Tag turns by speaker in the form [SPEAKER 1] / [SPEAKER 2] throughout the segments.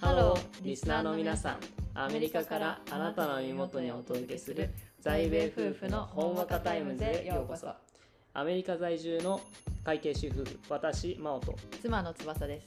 [SPEAKER 1] ハロー
[SPEAKER 2] リスナーの皆さんアメリカからあなたの身元にお届けする在米夫婦のほんわかタイムズへようこそアメリカ在住の会計主婦私真央と
[SPEAKER 1] 妻の翼です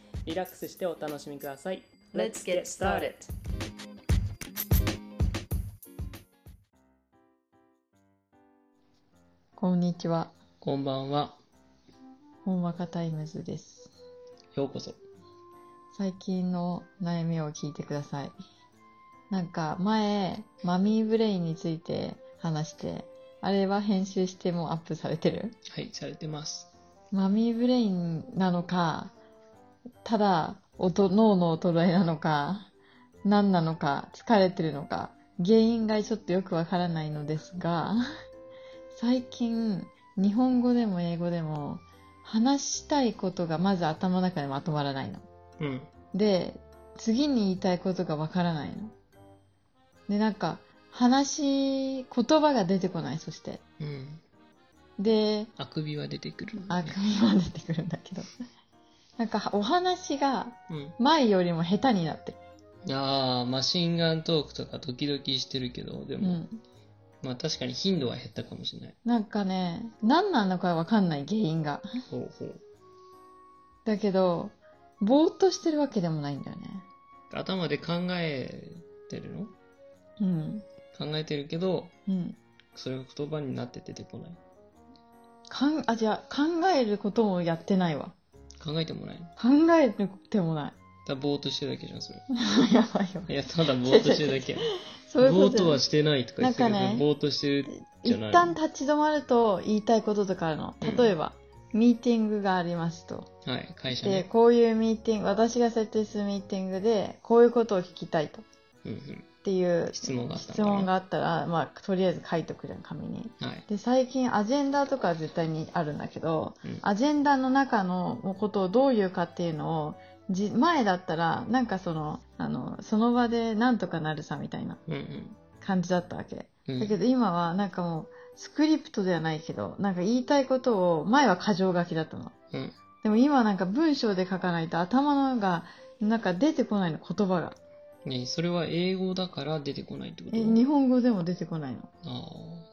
[SPEAKER 2] リラックスしてお楽しみください
[SPEAKER 1] Let's get started. こんにちは
[SPEAKER 2] こんばんは
[SPEAKER 1] ほんわかタイムズです
[SPEAKER 2] ようこそ
[SPEAKER 1] 最近の悩みを聞いてくださいなんか前マミーブレインについて話してあれは編集してもうアップされてる
[SPEAKER 2] はいされてます
[SPEAKER 1] マミーブレインなのかただ音脳の衰えなのか何なのか疲れてるのか原因がちょっとよくわからないのですが最近日本語でも英語でも話したいことがまず頭の中でまとまらないの。
[SPEAKER 2] うん
[SPEAKER 1] で次に言いたいことがわからないの。でなんか話言葉が出てこないそして。
[SPEAKER 2] うん
[SPEAKER 1] で
[SPEAKER 2] あくびは出てくる、
[SPEAKER 1] あくびは出てくるんだけど。 なんかお話が
[SPEAKER 2] うん
[SPEAKER 1] 前よりも下手になってる。
[SPEAKER 2] ああマシンガントークとか時々してるけどで
[SPEAKER 1] う
[SPEAKER 2] も、
[SPEAKER 1] ん。
[SPEAKER 2] まあ確かに頻度は減ったかもしれない
[SPEAKER 1] なんかね、何なのかわかんない原因が。
[SPEAKER 2] ほうほう
[SPEAKER 1] だけど、ぼーっとしてるわけでもないんだよね。
[SPEAKER 2] 頭で考えてるの
[SPEAKER 1] うん。
[SPEAKER 2] 考えてるけど
[SPEAKER 1] うん。
[SPEAKER 2] それが言葉になって出てこない
[SPEAKER 1] かん、あ、じゃあ考えることもやってないわ。
[SPEAKER 2] 考えてもないの
[SPEAKER 1] 考えることもな
[SPEAKER 2] ただぼーっとしてるだけじゃんそれ
[SPEAKER 1] い。 やばいよ。
[SPEAKER 2] いやただぼーっとしてるだけ
[SPEAKER 1] そういう
[SPEAKER 2] ぼ
[SPEAKER 1] こ
[SPEAKER 2] ーっと
[SPEAKER 1] と
[SPEAKER 2] は
[SPEAKER 1] じ
[SPEAKER 2] してないとか言ってるけど、
[SPEAKER 1] なんかね
[SPEAKER 2] ぼーっとしてる
[SPEAKER 1] ゃ
[SPEAKER 2] じゃ
[SPEAKER 1] 一
[SPEAKER 2] ない
[SPEAKER 1] 旦立ち止まると言いたいこととかあるの。例えば、ミーティングがありますと。
[SPEAKER 2] はい会社
[SPEAKER 1] で、
[SPEAKER 2] ね
[SPEAKER 1] こういうミーティング、私が設定するミーティングで、こういうことを聞きたいと。
[SPEAKER 2] うんうん
[SPEAKER 1] っていう
[SPEAKER 2] 質問があったの
[SPEAKER 1] 質
[SPEAKER 2] かな
[SPEAKER 1] 問があったら、まあ、とりあえず書いとくじゃん、紙に。
[SPEAKER 2] はい
[SPEAKER 1] で、最近アジェンダとか絶対にあるんだけど、
[SPEAKER 2] うん
[SPEAKER 1] アジェンダの中のことをどういうかっていうのを、じ前だったら、なんかその、あの、その場でなんとかなるさみたいな
[SPEAKER 2] うん
[SPEAKER 1] 感じだったわけ。
[SPEAKER 2] うんう
[SPEAKER 1] だけ
[SPEAKER 2] ん
[SPEAKER 1] ど今はなんかもう、スクリプトではないけど、なんか言いたいことを、前は箇条書きだったの。
[SPEAKER 2] うん
[SPEAKER 1] でも今なんか文章で書かないと頭のが、なんか出てこないの、言葉が。
[SPEAKER 2] ねそれは英語だから出てこないってこと
[SPEAKER 1] え、日本語でも出てこないの。
[SPEAKER 2] あ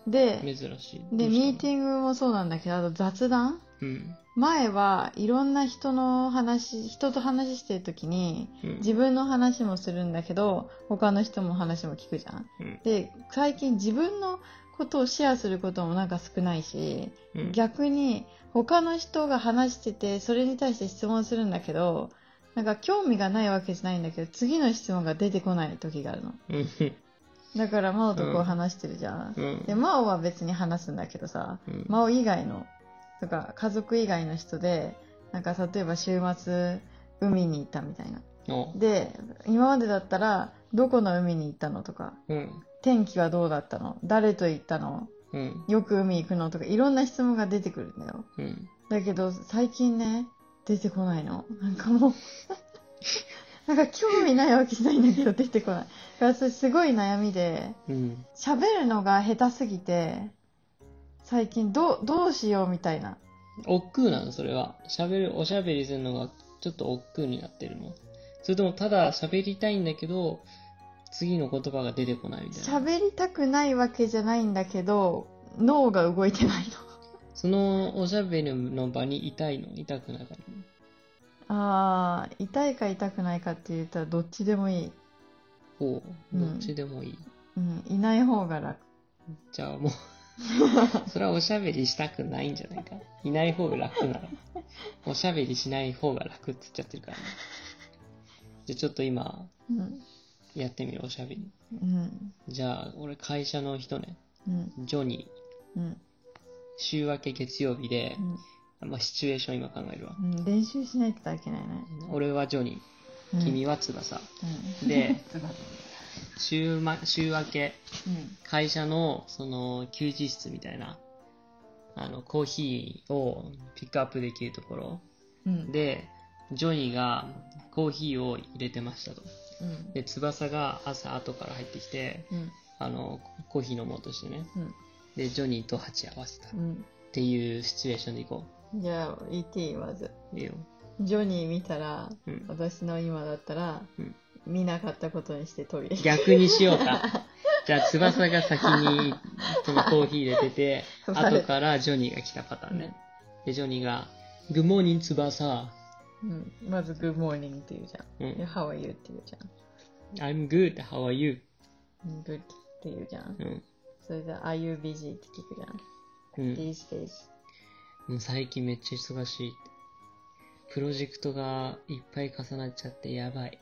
[SPEAKER 1] で
[SPEAKER 2] あ、珍しい
[SPEAKER 1] で、ミーティ
[SPEAKER 2] ン
[SPEAKER 1] ングもそうなんだけど、あと雑談
[SPEAKER 2] グうん
[SPEAKER 1] 前はいろんな人の話、人と話してる時に、
[SPEAKER 2] うん
[SPEAKER 1] 自分の話もするんだけど、他の人も話も聞くじゃん。
[SPEAKER 2] うん
[SPEAKER 1] で、最近自分のことをシェアすることもなんか少ないし、
[SPEAKER 2] うん
[SPEAKER 1] 逆に他の人が話してて、それに対して質問するんだけど、なんか興味がないわけじゃないんだけど、次の質問が出てこない時があるの。
[SPEAKER 2] うん
[SPEAKER 1] だから、真央とこ
[SPEAKER 2] う
[SPEAKER 1] うん話してるじゃん。
[SPEAKER 2] うん
[SPEAKER 1] で、真央は別に話すんだけどさ、
[SPEAKER 2] うん
[SPEAKER 1] 真央以外のとか家族以外の人でなんか例えば週末海に行ったみたいな
[SPEAKER 2] あ
[SPEAKER 1] で今までだったらどこの海に行ったのとか
[SPEAKER 2] うん
[SPEAKER 1] 天気はどうだったの誰と行ったの
[SPEAKER 2] うん
[SPEAKER 1] よく海行くのとかいろんな質問が出てくるんだよ
[SPEAKER 2] うん
[SPEAKER 1] だけど最近ね出てこないのなんかもう なんか興味ないわけじゃないんだけど出てこないだからそれすごい悩みで
[SPEAKER 2] うん
[SPEAKER 1] 喋るのが下手すぎて最近どうどうしようみたいな
[SPEAKER 2] 億劫なのそれは喋るおしゃべりするのがちょっと億劫になってるのそれともただ喋りたいんだけど次の言葉が出てこないみたいな
[SPEAKER 1] 喋りたくないわけじゃないんだけど脳が動いてないの
[SPEAKER 2] そのおしゃべりの場にいたいの痛くなかったの
[SPEAKER 1] あー痛いか痛くないかって言ったらどっちでもいい、
[SPEAKER 2] ほ
[SPEAKER 1] う
[SPEAKER 2] うんどっちでもいい、
[SPEAKER 1] うん、いない方が楽
[SPEAKER 2] じゃあもう それはおしゃべりしたくないんじゃないかいない方が楽ならおしゃべりしない方が楽って言っちゃってるから、ね、じゃあちょっと今
[SPEAKER 1] うん
[SPEAKER 2] やってみるおしゃべり
[SPEAKER 1] うん
[SPEAKER 2] じゃあ俺会社の人ね
[SPEAKER 1] うん
[SPEAKER 2] ジョニー
[SPEAKER 1] うん
[SPEAKER 2] 週明け月曜日で、まあ、シチュエーション今考えるわ
[SPEAKER 1] うん練習しないといけないね
[SPEAKER 2] 俺はジョニ
[SPEAKER 1] うん
[SPEAKER 2] 君は翼。
[SPEAKER 1] うん
[SPEAKER 2] で
[SPEAKER 1] つば
[SPEAKER 2] 週ま、週明け、
[SPEAKER 1] うん
[SPEAKER 2] 会社の、その、休日室みたいな、あの、コーヒーをピックアップできるところ
[SPEAKER 1] うん
[SPEAKER 2] で、ジョニーがコーヒーを入れてましたと。
[SPEAKER 1] うん
[SPEAKER 2] で、翼が朝後から入ってきて、
[SPEAKER 1] うん
[SPEAKER 2] あの、コーヒー飲もうとしてね。
[SPEAKER 1] うん
[SPEAKER 2] で、ジョニーと鉢合わせた。っ
[SPEAKER 1] うん
[SPEAKER 2] ていうシチュエーションでいこ
[SPEAKER 1] じゃあ言っていいまず
[SPEAKER 2] う。いいよ。
[SPEAKER 1] ジョニー見たら
[SPEAKER 2] うん。
[SPEAKER 1] 私の今だったら、
[SPEAKER 2] うん
[SPEAKER 1] 見なかったことにしてトイレ
[SPEAKER 2] 逆にしようか。じゃあ、翼が先に、そのコーヒー入れてて、後からジョニーが来たパターンね。で、ジョニーが、グッモーニン翼。
[SPEAKER 1] うん、まず「グッモーニング」って言うじゃん
[SPEAKER 2] う
[SPEAKER 1] で「
[SPEAKER 2] ん。
[SPEAKER 1] ハワイユー」って言うじゃん
[SPEAKER 2] I'm good, how are you?
[SPEAKER 1] 「グッ」って言うじゃん
[SPEAKER 2] うん。
[SPEAKER 1] それで「Are you busy?」って聞くじゃん
[SPEAKER 2] うん。
[SPEAKER 1] These days
[SPEAKER 2] もう最近めっちゃ忙しい。プロジェクトがいっぱい重なっちゃってやばい。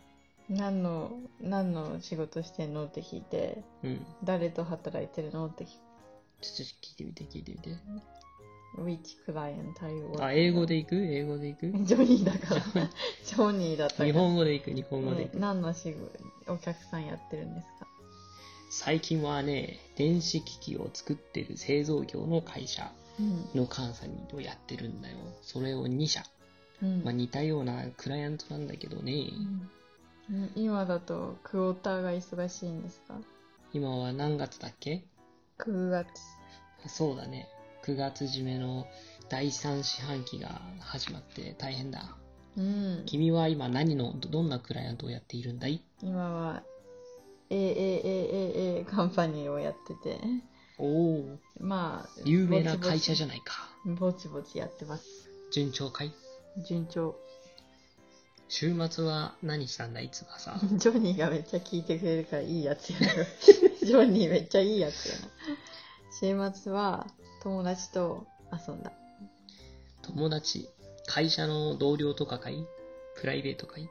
[SPEAKER 1] 何の何の仕事してんのって聞いて
[SPEAKER 2] うん。
[SPEAKER 1] 誰と働いてるのって聞
[SPEAKER 2] ちょっと聞いてみて、聞いてみて。
[SPEAKER 1] く Which client are you working
[SPEAKER 2] あ、英語で行く英語で行く
[SPEAKER 1] ジョニーだからジョニーだったから
[SPEAKER 2] 日本語で行く日本語で行く、
[SPEAKER 1] ね何の仕事お客さんやってるんですか
[SPEAKER 2] 最近はね電子機器を作ってる製造業の会社
[SPEAKER 1] うん
[SPEAKER 2] の監査をやってるんだよそれを2社、
[SPEAKER 1] うん
[SPEAKER 2] まあ、似たようなクライアントなんだけどね、
[SPEAKER 1] うん今だとクォーターが忙しいんですか
[SPEAKER 2] 今は何月だっけ
[SPEAKER 1] ?9 月。
[SPEAKER 2] あそうだね9月締めの第3四半期が始まって大変だ
[SPEAKER 1] うん。
[SPEAKER 2] 君は今何のどどんなクライアントをやっているんだい
[SPEAKER 1] 今は AAAAA カンパニーをやってて、
[SPEAKER 2] おお
[SPEAKER 1] まあ、
[SPEAKER 2] 有名な会社じゃ
[SPEAKER 1] ゃ
[SPEAKER 2] ないか
[SPEAKER 1] ぼちぼちやってます。
[SPEAKER 2] 順調かい
[SPEAKER 1] 順調。
[SPEAKER 2] 週末は何したんだいつはさ
[SPEAKER 1] ジョニーがめっちゃ聞いてくれるからいいやつやな。ジョニーめっちゃいいやつやな。週末は友達と遊んだ。
[SPEAKER 2] 友達会社の同僚とかかいプライベートかい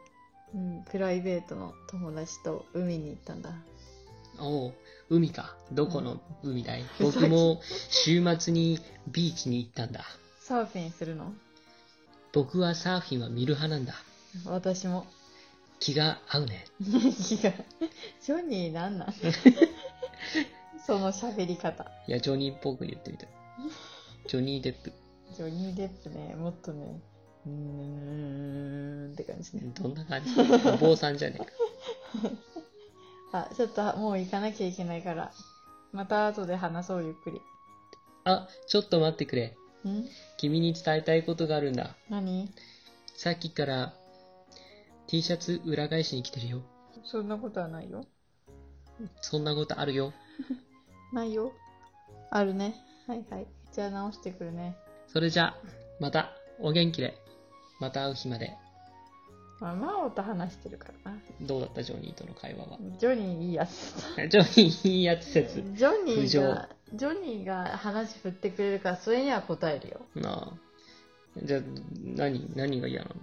[SPEAKER 1] うん、プライベートの友達と海に行ったんだ。
[SPEAKER 2] おう海かどこの海だい、
[SPEAKER 1] うん
[SPEAKER 2] 僕も週末にビーチに行ったんだ
[SPEAKER 1] サーフィンするの
[SPEAKER 2] 僕はサーフィンは見る派なんだ
[SPEAKER 1] 私も。
[SPEAKER 2] 気が合うね
[SPEAKER 1] 違う。ジョニーなん なんその喋り方。
[SPEAKER 2] いやジョニーっぽく言ってみたジョニー・デップ
[SPEAKER 1] ジョニー・デップね、もっとね、うーんって感じね。
[SPEAKER 2] どんな感じお坊さんじゃねえか
[SPEAKER 1] あ、ちょっともう行かなきゃいけないから、また後で話そう、ゆっくり。
[SPEAKER 2] あちょっと待ってくれ
[SPEAKER 1] ん
[SPEAKER 2] 君に伝えたいことがあるんだ
[SPEAKER 1] 何
[SPEAKER 2] さっきから T シャツ裏返しに来てるよ
[SPEAKER 1] そんなことはないよ。
[SPEAKER 2] そんなことあるよ
[SPEAKER 1] ないよ。あるね。はいはい。じゃあ直してくるね。
[SPEAKER 2] それじゃあまたお元気でまた会う日まで
[SPEAKER 1] まあ、マオと話してるからな。
[SPEAKER 2] どうだったジョニーとの会話は
[SPEAKER 1] ジョニーいいやつ。
[SPEAKER 2] ジョニーいいやつ
[SPEAKER 1] ジ
[SPEAKER 2] 説
[SPEAKER 1] ョニ
[SPEAKER 2] 浮
[SPEAKER 1] ー
[SPEAKER 2] 上
[SPEAKER 1] が、ジョニーが話振ってくれるから、それには答えるよ。
[SPEAKER 2] なあじゃあ何何が嫌なの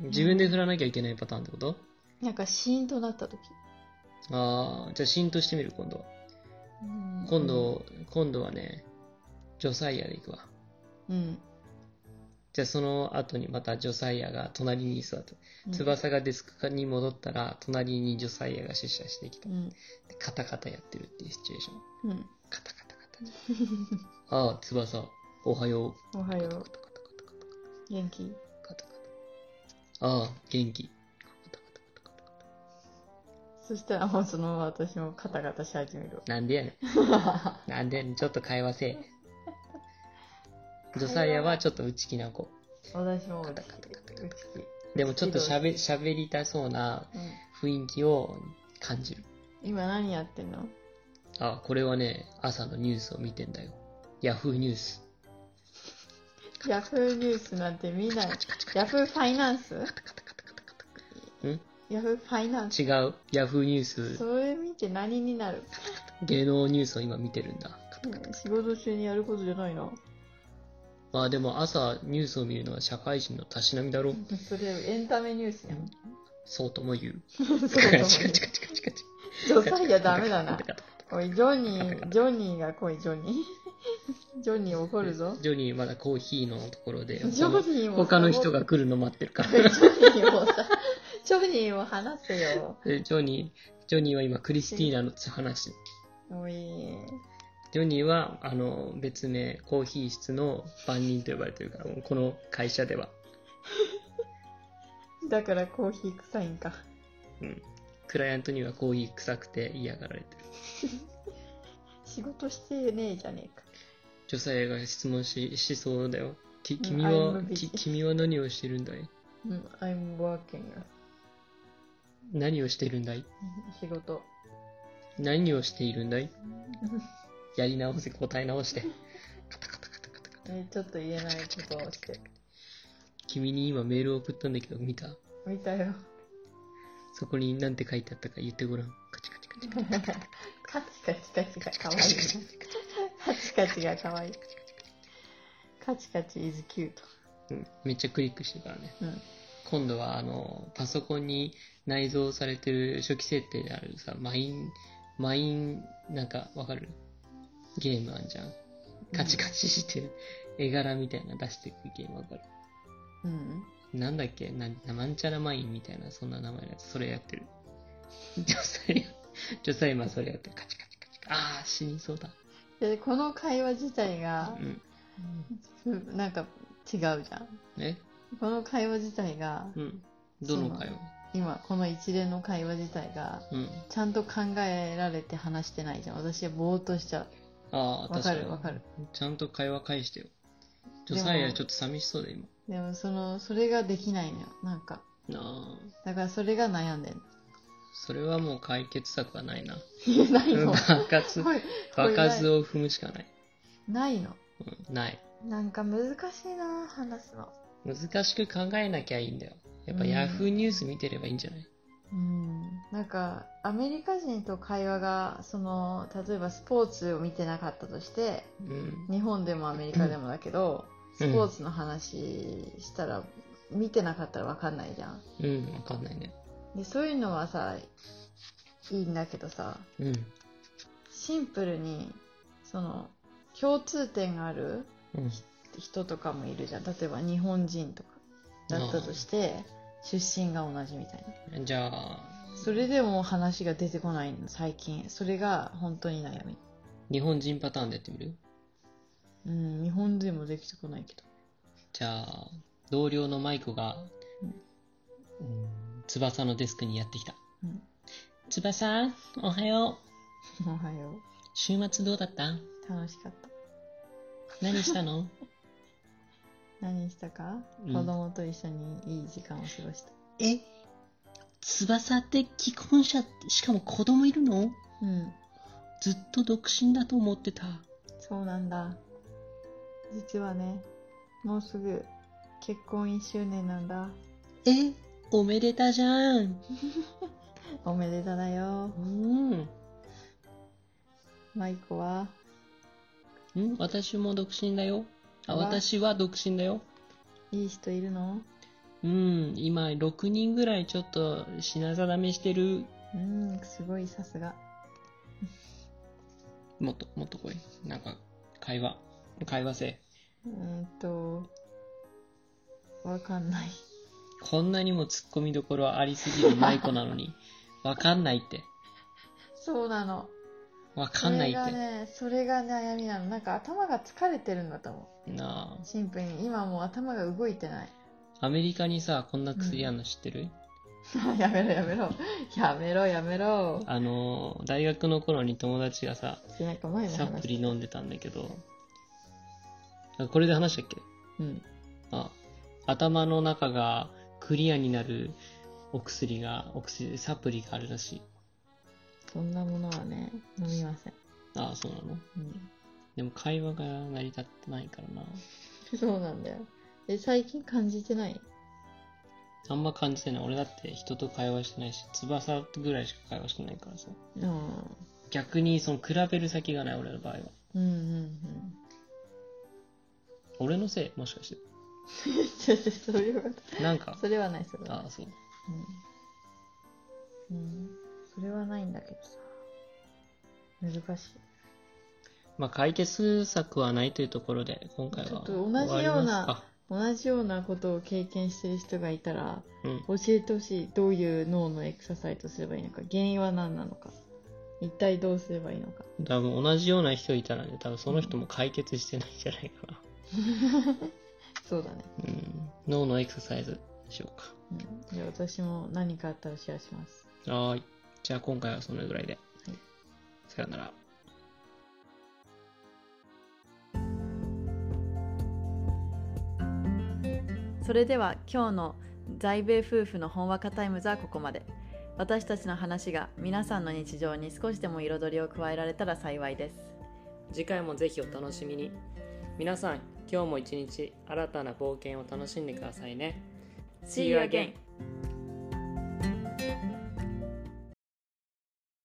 [SPEAKER 2] 自分で振らなきゃいけないパターンってこと
[SPEAKER 1] なんかシーンとなった時
[SPEAKER 2] ああじゃあ浸透してみる今度は今度今度はねジョサイアで行くわ
[SPEAKER 1] うん、
[SPEAKER 2] じゃあその後にまたジョサイアが隣に座って翼がデスクに戻ったら隣にジョサイアが出社してきた
[SPEAKER 1] うん
[SPEAKER 2] でカタカタやってるっていうシチュエーション
[SPEAKER 1] うん
[SPEAKER 2] カタカタカタじゃんああ翼おはよう
[SPEAKER 1] おは
[SPEAKER 2] カ
[SPEAKER 1] よ
[SPEAKER 2] タカタ
[SPEAKER 1] う
[SPEAKER 2] カタカタカタ
[SPEAKER 1] 元気
[SPEAKER 2] カタカタ。ああ、元気。カタカタカタカ
[SPEAKER 1] そしたらもうそのまま私もカタカタし始めるわ
[SPEAKER 2] タなんでやねん。なんでやねん。ちょっと会話せえ。ジョサイアはちょっと内気な子。
[SPEAKER 1] 私も
[SPEAKER 2] カ
[SPEAKER 1] う
[SPEAKER 2] タカタカタカタ
[SPEAKER 1] ちき
[SPEAKER 2] でもちょっとしゃべ喋りたそうな
[SPEAKER 1] うん
[SPEAKER 2] 雰囲気を感じる。
[SPEAKER 1] 今何やってんの
[SPEAKER 2] ああ、これはね、朝のニュースを見てんだよ。ヤフーニュース。
[SPEAKER 1] ヤフーニュースなんて見ないヤフーファイナンス
[SPEAKER 2] カタカタカタカタカ
[SPEAKER 1] ヤフーファイナンス
[SPEAKER 2] タ違う。ヤフーニュース。
[SPEAKER 1] それ見て何になる
[SPEAKER 2] 芸能ニュースを今見てるんだ。
[SPEAKER 1] うん仕事中にやることじゃないの
[SPEAKER 2] まあでも朝ニュースを見るのは社会人のたしなみだろう。
[SPEAKER 1] それエンタメニュースやん
[SPEAKER 2] そうとも言う。
[SPEAKER 1] そう
[SPEAKER 2] チカ
[SPEAKER 1] だ
[SPEAKER 2] チ
[SPEAKER 1] も
[SPEAKER 2] カ
[SPEAKER 1] ん
[SPEAKER 2] チカ
[SPEAKER 1] ジ
[SPEAKER 2] チカチカチ
[SPEAKER 1] ョサイアダメだ なおい、ジョニ
[SPEAKER 2] カタカタ
[SPEAKER 1] ー、ジョニーが来い、ジョニー。ジ ョニー怒るぞ。
[SPEAKER 2] ジョニーまだコーヒーのところで
[SPEAKER 1] ジョニーも
[SPEAKER 2] 他の人が来るの待ってるから
[SPEAKER 1] ジョニーもさ、ちジョニーを話せよ。
[SPEAKER 2] でジョニー、ジョニーは今、クリスティーナの話。
[SPEAKER 1] おい。
[SPEAKER 2] ジョニーは、あの、別名、コーヒー室の番人と呼ばれてるから、もうこの会社では。
[SPEAKER 1] だからコーヒー臭いんか。
[SPEAKER 2] うん。クライアントにはコーヒー臭くて嫌がられてる。
[SPEAKER 1] 仕事してねえじゃねえか。
[SPEAKER 2] 女性が質問ししそうだよ。き
[SPEAKER 1] ん
[SPEAKER 2] 君は
[SPEAKER 1] I'm、busy
[SPEAKER 2] き君は何をしてるんだい
[SPEAKER 1] うん、I'm working.
[SPEAKER 2] 何をしてるんだい
[SPEAKER 1] 仕事。
[SPEAKER 2] 何をしているんだいやり直せ、答え直して。カタカタカタカタカタ。
[SPEAKER 1] えちょっと言えないことをして。
[SPEAKER 2] 君に今メールを送ったんだけど、見た
[SPEAKER 1] 見たよ。
[SPEAKER 2] そこに何て書いてあったか言ってごらん。カチカチカチ。
[SPEAKER 1] カチカチカチが かわいい。カチカチがかわいい。カチカチ is cute.
[SPEAKER 2] うん、めっちゃクリックしてからね。
[SPEAKER 1] うん。
[SPEAKER 2] 今度はあのパソコンに内蔵されてる初期設定であるさマインマインなんかわかるゲームあんじゃんカチカチして絵柄みたいな出してくゲームわかる
[SPEAKER 1] うん。
[SPEAKER 2] なんだっけななんちゃらマインみたいなそんな名前のやつそれやってる女 性女性今それやってるカチカチカチカチああ死にそうだ
[SPEAKER 1] で、この会話自体が、
[SPEAKER 2] うん
[SPEAKER 1] うんなんか違うじゃん。
[SPEAKER 2] ね
[SPEAKER 1] この会話自体が、
[SPEAKER 2] うんどの会話
[SPEAKER 1] 今、この一連の会話自体が、
[SPEAKER 2] うん
[SPEAKER 1] ちゃんと考えられて話してないじゃん。私はぼーっとしちゃ
[SPEAKER 2] あ
[SPEAKER 1] う。わ
[SPEAKER 2] あ
[SPEAKER 1] か
[SPEAKER 2] 確か
[SPEAKER 1] るわ
[SPEAKER 2] に
[SPEAKER 1] かる。
[SPEAKER 2] ちゃんと会話返してよ女
[SPEAKER 1] でも
[SPEAKER 2] 性やちょっと寂しそうだ今
[SPEAKER 1] でも、その、それができないのよ。なんか。
[SPEAKER 2] なあ
[SPEAKER 1] だから、それが悩 んでる。
[SPEAKER 2] それはもう解決策はないな。
[SPEAKER 1] 言えないの。
[SPEAKER 2] 爆発、
[SPEAKER 1] これ
[SPEAKER 2] 爆発を踏むしかない。
[SPEAKER 1] ないの。
[SPEAKER 2] うん、ない。
[SPEAKER 1] なんか難しいな話すの。
[SPEAKER 2] 難しく考えなきゃいいんだよ。やっぱ
[SPEAKER 1] うん
[SPEAKER 2] ヤフーニュース見てればいいんじゃない
[SPEAKER 1] うん。なんか、アメリカ人と会話が、その、例えばスポーツを見てなかったとして、
[SPEAKER 2] うん。
[SPEAKER 1] 日本でもアメリカでもだけど、
[SPEAKER 2] うん
[SPEAKER 1] スポーツの話したら、見てなかったらわかんないじゃん。
[SPEAKER 2] うん、わかんないね。
[SPEAKER 1] で、そういうのはさ、いいんだけどさ、
[SPEAKER 2] うん。
[SPEAKER 1] シンプルに、その、共通点がある
[SPEAKER 2] うん。
[SPEAKER 1] 人とかもいるじゃん。例えば日本人とかだったとして、出身が同じみたいな。
[SPEAKER 2] じゃあ、
[SPEAKER 1] それでも話が出てこないの最近それが本当に悩み
[SPEAKER 2] 日本人パターンでやってみる
[SPEAKER 1] うん日本でもできてこないけど
[SPEAKER 2] じゃあ、同僚のマイコが、うん、翼のデスクにやってきた。
[SPEAKER 1] うん
[SPEAKER 2] 翼、おはよう。
[SPEAKER 1] おはよ
[SPEAKER 2] 週末どうだった
[SPEAKER 1] う楽しかった
[SPEAKER 2] 何したの
[SPEAKER 1] 何したか、
[SPEAKER 2] うん
[SPEAKER 1] 子供と一緒にいい時間を過ごした
[SPEAKER 2] え翼って既婚者しかも子供いるの
[SPEAKER 1] うん
[SPEAKER 2] ずっと独身だと思ってた
[SPEAKER 1] そうなんだ実はねもうすぐ結婚1周年なんだ
[SPEAKER 2] えおめでたじゃん
[SPEAKER 1] おめでただよ
[SPEAKER 2] うん、
[SPEAKER 1] マイコは
[SPEAKER 2] うん、私も独身だよあ
[SPEAKER 1] うわ
[SPEAKER 2] 私は独身だよ
[SPEAKER 1] いい人いるの
[SPEAKER 2] うん今6人ぐらいちょっと品定めしてる
[SPEAKER 1] うんすごいさすが
[SPEAKER 2] もっともっとこいなんか会話会話せ
[SPEAKER 1] うーんとわかんない
[SPEAKER 2] こんなにもツッコミどころありすぎる舞子なの にわかんないって
[SPEAKER 1] そうなの
[SPEAKER 2] わかんないっ
[SPEAKER 1] それ
[SPEAKER 2] て、
[SPEAKER 1] がねそれが悩みなのなんか頭が疲れてるんだと思
[SPEAKER 2] な
[SPEAKER 1] うシンプルに今もう頭が動いてない
[SPEAKER 2] あアメリカにさこんな薬あんの知ってる、
[SPEAKER 1] やめろやめろやめろやめろ
[SPEAKER 2] あのー大学の頃に友達がさ
[SPEAKER 1] なんか前の
[SPEAKER 2] サプリ
[SPEAKER 1] 話
[SPEAKER 2] 飲んでたんだけどあこれで話したっけ
[SPEAKER 1] うん
[SPEAKER 2] あ頭の中がクリアになるお薬がお薬サプリがあるらしい
[SPEAKER 1] そんなものはね飲みません、
[SPEAKER 2] ああそうなの
[SPEAKER 1] うん、
[SPEAKER 2] でも会話が成り立ってないからな
[SPEAKER 1] そうなんだよえ最近感じてない
[SPEAKER 2] あんま感じてない俺だって人と会話してないし翼ぐらいしか会話してないからさ
[SPEAKER 1] うん
[SPEAKER 2] 逆にその比べる先がない俺の場合は
[SPEAKER 1] うんうんうん
[SPEAKER 2] 俺のせいもしかし
[SPEAKER 1] ちょっとそういうこ
[SPEAKER 2] てなんか
[SPEAKER 1] とそれはないそれは
[SPEAKER 2] ああそう
[SPEAKER 1] うん、うん、それはないんだけどさ難しい
[SPEAKER 2] まあ、解決策はないというところで、今回は
[SPEAKER 1] ちょっと同じような
[SPEAKER 2] 終わりますか
[SPEAKER 1] 同じようなことを経験してる人がいたら
[SPEAKER 2] うん
[SPEAKER 1] 教えてほしいどういう脳のエクササイズをすればいいのか原因は何なのか一体どうすればいいのか
[SPEAKER 2] 多分同じような人いたらね多分その人も解決してないんじゃないかな、
[SPEAKER 1] そうだね、
[SPEAKER 2] うん、脳のエクササイズしようか
[SPEAKER 1] うん、じゃあ私も何かあったらシェアします
[SPEAKER 2] はーい。じゃあ今回はそのぐらいで。
[SPEAKER 1] はい
[SPEAKER 2] さよなら。
[SPEAKER 3] それでは今日の在米夫婦のほんわかタイムズはここまで私たちの話が皆さんの日常に少しでも彩りを加えられたら幸いです
[SPEAKER 2] 次回もぜひお楽しみに。皆さん、今日も一日新たな冒険を楽しんでくださいね。
[SPEAKER 3] See you again!